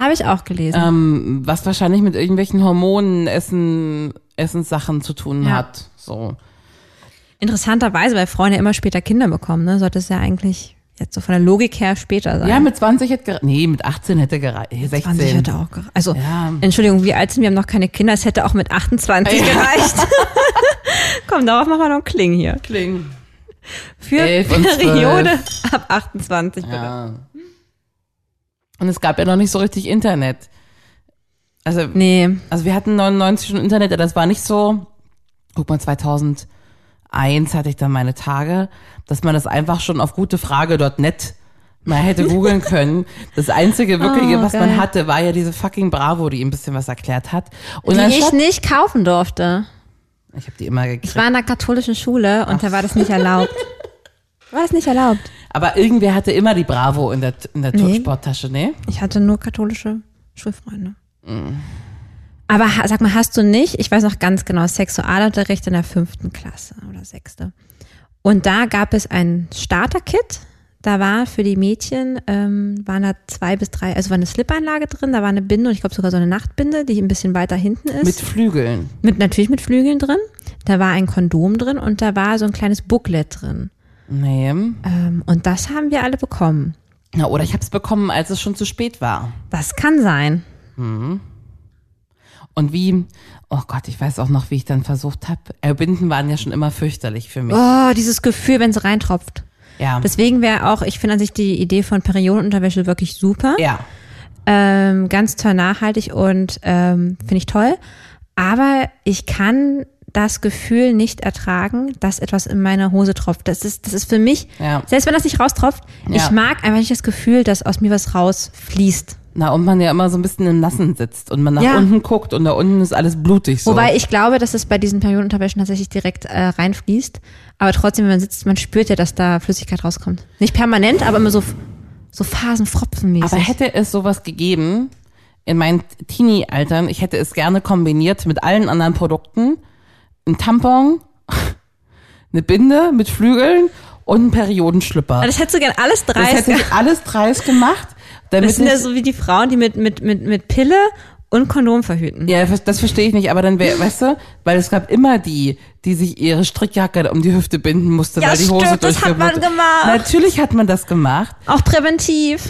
S3: Habe ich auch gelesen.
S2: ähm, was wahrscheinlich mit irgendwelchen Hormonen, Essen, Essenssachen zu tun
S3: Ja.
S2: hat. So.
S3: Interessanterweise, weil Frauen ja immer später Kinder bekommen, ne? Sollte es ja eigentlich jetzt so von der Logik her später sein.
S2: Ja, mit 20 hätte gereicht. Nee, mit 18 hätte gereicht. 16.
S3: 20 hätte auch gereicht. Also,
S2: Ja.
S3: Entschuldigung, wie alt sind wir? Wir haben noch keine Kinder. Es hätte auch mit 28
S2: Ja.
S3: gereicht. (laughs) Komm, darauf machen wir noch einen Kling hier.
S2: Kling.
S3: Für
S2: Elf und zwölf.
S3: Periode ab 28 bitte.
S2: Ja. Und es gab ja noch nicht so richtig Internet. Also,
S3: Nee,
S2: also wir hatten 99 schon Internet, aber das war nicht so, guck mal, 2001 hatte ich dann meine Tage, dass man das einfach schon auf gutefrage.net mal hätte
S3: (laughs)
S2: googeln können. Das einzige wirkliche,
S3: Oh,
S2: was
S3: geil.
S2: man hatte, war ja diese fucking Bravo, die ihm ein bisschen was erklärt hat. Und
S3: die ich
S2: anstatt-
S3: nicht kaufen durfte.
S2: ich habe die immer gekriegt.
S3: Ich war in einer katholischen Schule und da war das
S2: (laughs)
S3: nicht erlaubt. War es nicht erlaubt?
S2: Aber irgendwer hatte immer die Bravo in der, in der
S3: Nee.
S2: Sporttasche, ne?
S3: Ich hatte nur katholische Schulfreunde. Aber ha- sag mal, hast du nicht, ich weiß noch ganz genau, Sexualunterricht in der fünften Klasse oder sechste. Und da gab es ein Starter-Kit. Da war für die Mädchen, ähm, waren da zwei bis drei, also war eine Slip-Einlage drin, da war eine Binde und ich glaube sogar so eine Nachtbinde, die ein bisschen weiter hinten ist.
S2: Mit Flügeln.
S3: Mit, natürlich mit Flügeln drin. Da war ein Kondom drin und da war so ein kleines Booklet drin.
S2: Nee.
S3: Ähm, und das haben wir alle bekommen.
S2: Na, oder ich habe es bekommen, als es schon zu spät war.
S3: Das kann sein.
S2: Und wie, oh Gott, ich weiß auch noch, wie ich dann versucht habe. Äh, Binden waren ja schon immer fürchterlich für mich.
S3: Oh, dieses Gefühl, wenn es reintropft.
S2: ja.
S3: Deswegen wäre auch, ich finde an sich die Idee von Periodenunterwäsche wirklich super.
S2: ja.
S3: Ähm, ganz toll nachhaltig und ähm, finde ich toll. Aber ich kann das Gefühl nicht ertragen, dass etwas in meine Hose tropft. Das ist, das ist für mich,
S2: Ja.
S3: selbst wenn das nicht raustropft,
S2: Ja.
S3: ich mag einfach nicht das Gefühl, dass aus mir was rausfließt.
S2: Na, und man ja immer so ein bisschen im Nassen sitzt und man nach
S3: Ja.
S2: unten guckt und da unten ist alles blutig so.
S3: Wobei ich glaube, dass es bei diesen Periodenunterwäschen tatsächlich direkt äh, reinfließt. Aber trotzdem, wenn man sitzt, man spürt ja, dass da Flüssigkeit rauskommt. Nicht permanent, aber immer so, so phasenfropfenmäßig.
S2: Aber hätte es sowas gegeben in meinen Teenie-Altern, ich hätte es gerne kombiniert mit allen anderen Produkten. Ein Tampon, (laughs) eine Binde mit Flügeln und einen Periodenschlüpper.
S3: Das hättest du gern alles
S2: Das
S3: dreist.
S2: hätte
S3: (laughs) Das,
S2: ich alles dreist gemacht. Damit
S3: sind ja
S2: ich-
S3: so wie die Frauen, die mit, mit, mit, mit Pille und Kondom verhüten.
S2: Ja, das- das verstehe ich nicht, aber dann wäre, weißt du, weil es gab immer die, die sich ihre Strickjacke um die Hüfte binden musste,
S3: Ja,
S2: weil die Hose
S3: stimmt, das hat man
S2: durchgebunden-
S3: gemacht.
S2: Natürlich hat man das gemacht.
S3: Auch präventiv.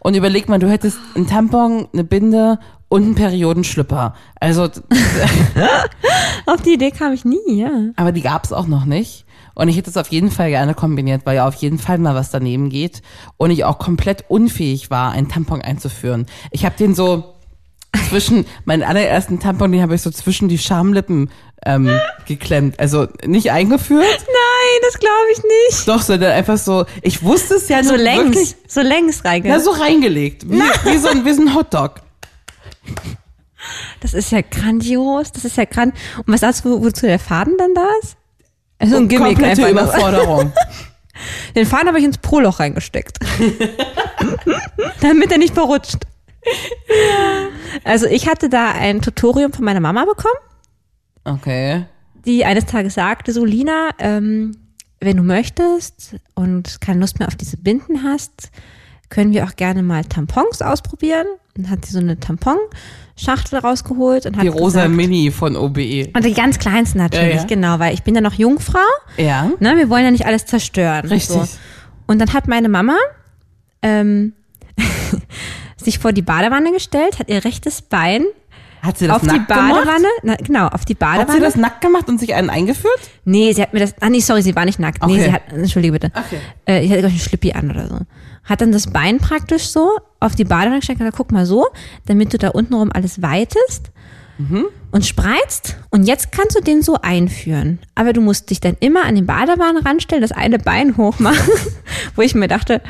S2: Und überleg mal, du hättest einen Tampon, eine Binde und einen Periodenschlüpper. Also,
S3: Auf die Idee kam ich nie, ja.
S2: aber die gab's auch noch nicht. Und ich hätte es auf jeden Fall gerne kombiniert, weil ja auf jeden Fall mal was daneben geht. Und ich auch komplett unfähig war, einen Tampon einzuführen. Ich habe den so zwischen, (laughs) meinen allerersten Tampon, den habe ich so zwischen die Schamlippen ähm, geklemmt. Also nicht eingeführt.
S3: das glaube ich nicht.
S2: Doch, sondern einfach so, ich wusste es ja
S3: So
S2: nur
S3: längs,
S2: wirklich.
S3: so längs
S2: Ja,
S3: reingegangen.
S2: so reingelegt. Wie, wie, so ein, wie so ein Hotdog.
S3: das ist ja grandios, das ist ja grand. Und was sagst du, wozu der Faden dann da ist? Also ein Gimmick
S2: Komplette
S3: einfach. nur. (laughs)
S2: Überforderung.
S3: Den Faden habe ich ins
S2: (laughs)
S3: Proloch reingesteckt. Damit er nicht verrutscht. Also ich hatte da ein Tutorium von meiner Mama bekommen.
S2: Okay.
S3: die eines Tages sagte, so Lina, ähm, wenn du möchtest und keine Lust mehr auf diese Binden hast, können wir auch gerne mal Tampons ausprobieren. Und hat sie so eine Tamponschachtel rausgeholt und hat
S2: Die rosa
S3: gesagt,
S2: Mini von E. OBE.
S3: und die ganz kleinsten natürlich,
S2: Ja, ja.
S3: genau, weil ich bin ja noch Jungfrau,
S2: Ja.
S3: ne, wir wollen ja nicht alles zerstören.
S2: Richtig.
S3: So. Und dann hat meine Mama ähm, (laughs) sich vor die Badewanne gestellt, hat ihr rechtes Bein
S2: Hat sie das
S3: auf die
S2: nackt gemacht?
S3: Badewanne, na, genau, auf die Badewanne.
S2: Hat sie das nackt gemacht und sich einen eingeführt?
S3: Nee, sie hat mir das. Ah, nee, sorry, sie war nicht nackt. Nee,
S2: Okay.
S3: sie hat. Entschuldige bitte.
S2: Okay.
S3: Äh, ich hatte, glaube ich, einen Schlippi an oder so. Hat dann das Bein praktisch so auf die Badewanne gesteckt und gesagt, guck mal so, damit du da untenrum alles weitest
S2: Mhm.
S3: und spreizt. Und jetzt kannst du den so einführen. Aber du musst dich dann immer an den Badewanne ranstellen, das eine Bein hoch machen. (laughs) Wo ich mir dachte,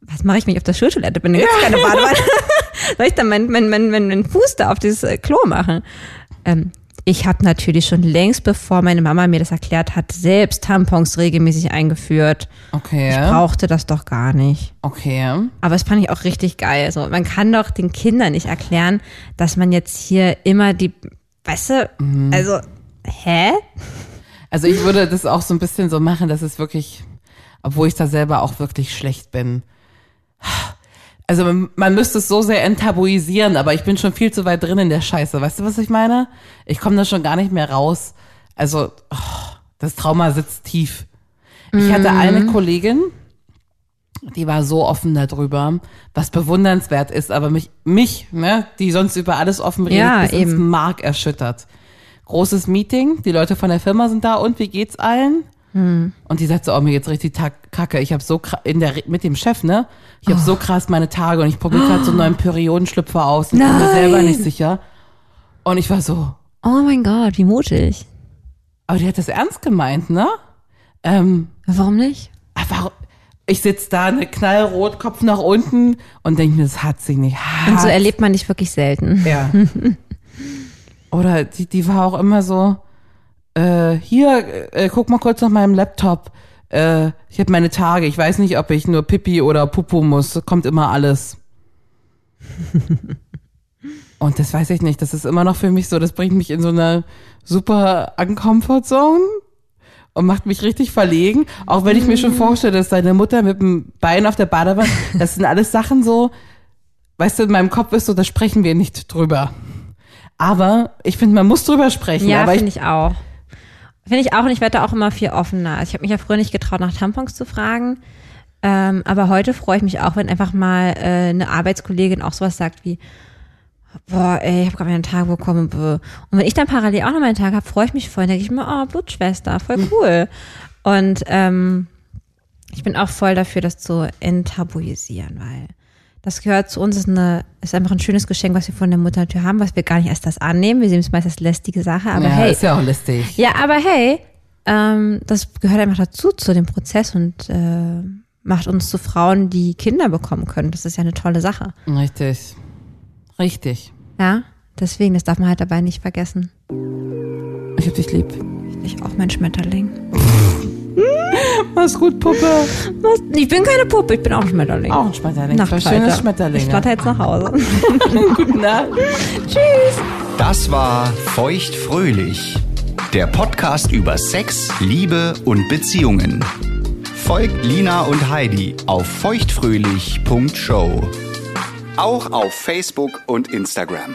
S3: was mache ich, wenn ich auf der Schultoilette bin? Da gibt's keine Badewanne. (laughs) Soll ich dann meinen mein, mein, mein, mein Fuß da auf dieses äh, Klo machen? Ähm, ich habe natürlich schon längst, bevor meine Mama mir das erklärt hat, selbst Tampons regelmäßig eingeführt. Ich
S2: Okay.
S3: brauchte das doch gar nicht.
S2: Okay.
S3: Aber das fand ich auch richtig geil. Also, man kann doch den Kindern nicht erklären, dass man jetzt hier immer die, weißt du, also, hä?
S2: Also ich würde das auch so ein bisschen so machen, dass es wirklich, obwohl ich da selber auch wirklich schlecht bin. Also man, man müsste es so sehr enttabuisieren, aber ich bin schon viel zu weit drin in der Scheiße. Weißt du, was ich meine? Ich komme da schon gar nicht mehr raus. Also oh, das Trauma sitzt tief.
S3: Mhm.
S2: Ich hatte eine Kollegin, die war so offen darüber, was bewundernswert ist, aber mich, mich, ne, die sonst über alles offen redet,
S3: Ja,
S2: bis ins
S3: eben.
S2: Mark erschüttert. Großes Meeting, die Leute von der Firma sind da und wie geht's allen? Und die sagt so, oh, mir geht's richtig tak- kacke. Ich habe so kra- in der Re- mit dem Chef, ne? Ich
S3: Oh.
S2: habe so krass meine Tage und ich probiere gerade so einen neuen Periodenschlüpfer aus und bin mir
S3: Nein.
S2: selber nicht sicher. Und ich war so,
S3: Oh mein Gott, wie mutig.
S2: aber die hat das ernst gemeint, ne? Ähm,
S3: Warum nicht?
S2: warum? Ich sitz da, ne, knallrot, Kopf nach unten und denke mir, das hat sie nicht. Hat
S3: Und so erlebt man dich wirklich selten. (laughs)
S2: Ja. Oder die, die war auch immer so, äh, hier, äh, guck mal kurz nach meinem Laptop. Äh, ich habe meine Tage. Ich weiß nicht, ob ich nur Pipi oder Pupu muss. Kommt immer
S3: (laughs)
S2: alles. Und das weiß ich nicht. Das ist immer noch für mich so. Das bringt mich in so eine super Uncomfort Zone und macht mich richtig verlegen. Auch wenn ich mir schon vorstelle, dass deine Mutter mit dem Bein auf der
S3: (laughs)
S2: Badewanne, das sind alles Sachen so, weißt du, in meinem Kopf ist so, da sprechen wir nicht drüber. Aber ich finde, man muss drüber sprechen.
S3: Ja,
S2: aber ich
S3: finde ich auch. Finde ich auch und ich werde da auch immer viel offener. Also Ich habe mich ja früher nicht getraut, nach Tampons zu fragen. Ähm, aber heute freue ich mich auch, wenn einfach mal äh, eine Arbeitskollegin auch sowas sagt wie, boah, ey, ich habe gerade meinen Tag bekommen. bäh. Und wenn ich dann parallel auch noch meinen Tag habe, freue ich mich voll. Denke ich mir, oh, Blutschwester, voll
S2: Hm.
S3: cool. Und ähm, ich bin auch voll dafür, das zu enttabuisieren, weil das gehört zu uns, ist, eine, ist einfach ein schönes Geschenk, was wir von der Muttertür haben, was wir gar nicht erst das annehmen. Wir sehen es meist als lästige Sache, aber
S2: ja,
S3: hey.
S2: ist ja auch lustig.
S3: Ja, aber hey, ähm, das gehört einfach dazu, zu dem Prozess und äh, macht uns zu Frauen, die Kinder bekommen können. Das ist ja eine tolle Sache.
S2: Richtig. Richtig.
S3: Ja, deswegen, das darf man halt dabei nicht vergessen.
S2: Ich hab dich lieb.
S3: Ich auch mein Schmetterling.
S2: Mach's gut, Puppe.
S3: Was? Ich bin keine Puppe, ich bin auch ein Schmetterling.
S2: Auch ein Schmetterling. Zwei
S3: Nachtfalter.
S2: schönes Schmetterlinge.
S3: Ich flatter jetzt nach
S2: (laughs)
S3: Hause.
S2: Guten Nacht.
S1: Das war Feuchtfröhlich, der Podcast über Sex, Liebe und Beziehungen. Folgt Lina und Heidi auf feuchtfröhlich.show. Auch auf Facebook und Instagram.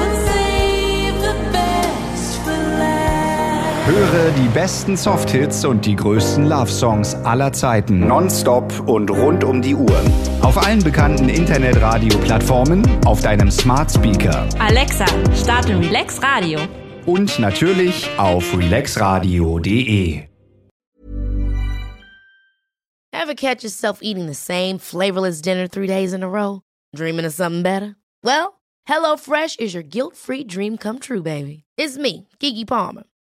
S6: and save the best for last.
S1: Höre die besten Softhits und die größten Love-Songs aller Zeiten. Nonstop und rund um die Uhr. Auf allen bekannten Internetradio-Plattformen, auf deinem Smart Speaker
S7: Alexa, starte Relax Radio.
S1: und natürlich auf relaxradio.de.
S4: Ever catch yourself eating the same flavorless dinner three days in a row? Dreaming of something better? Well, HelloFresh is your guilt free dream come true, baby. It's me, Kiki Palmer.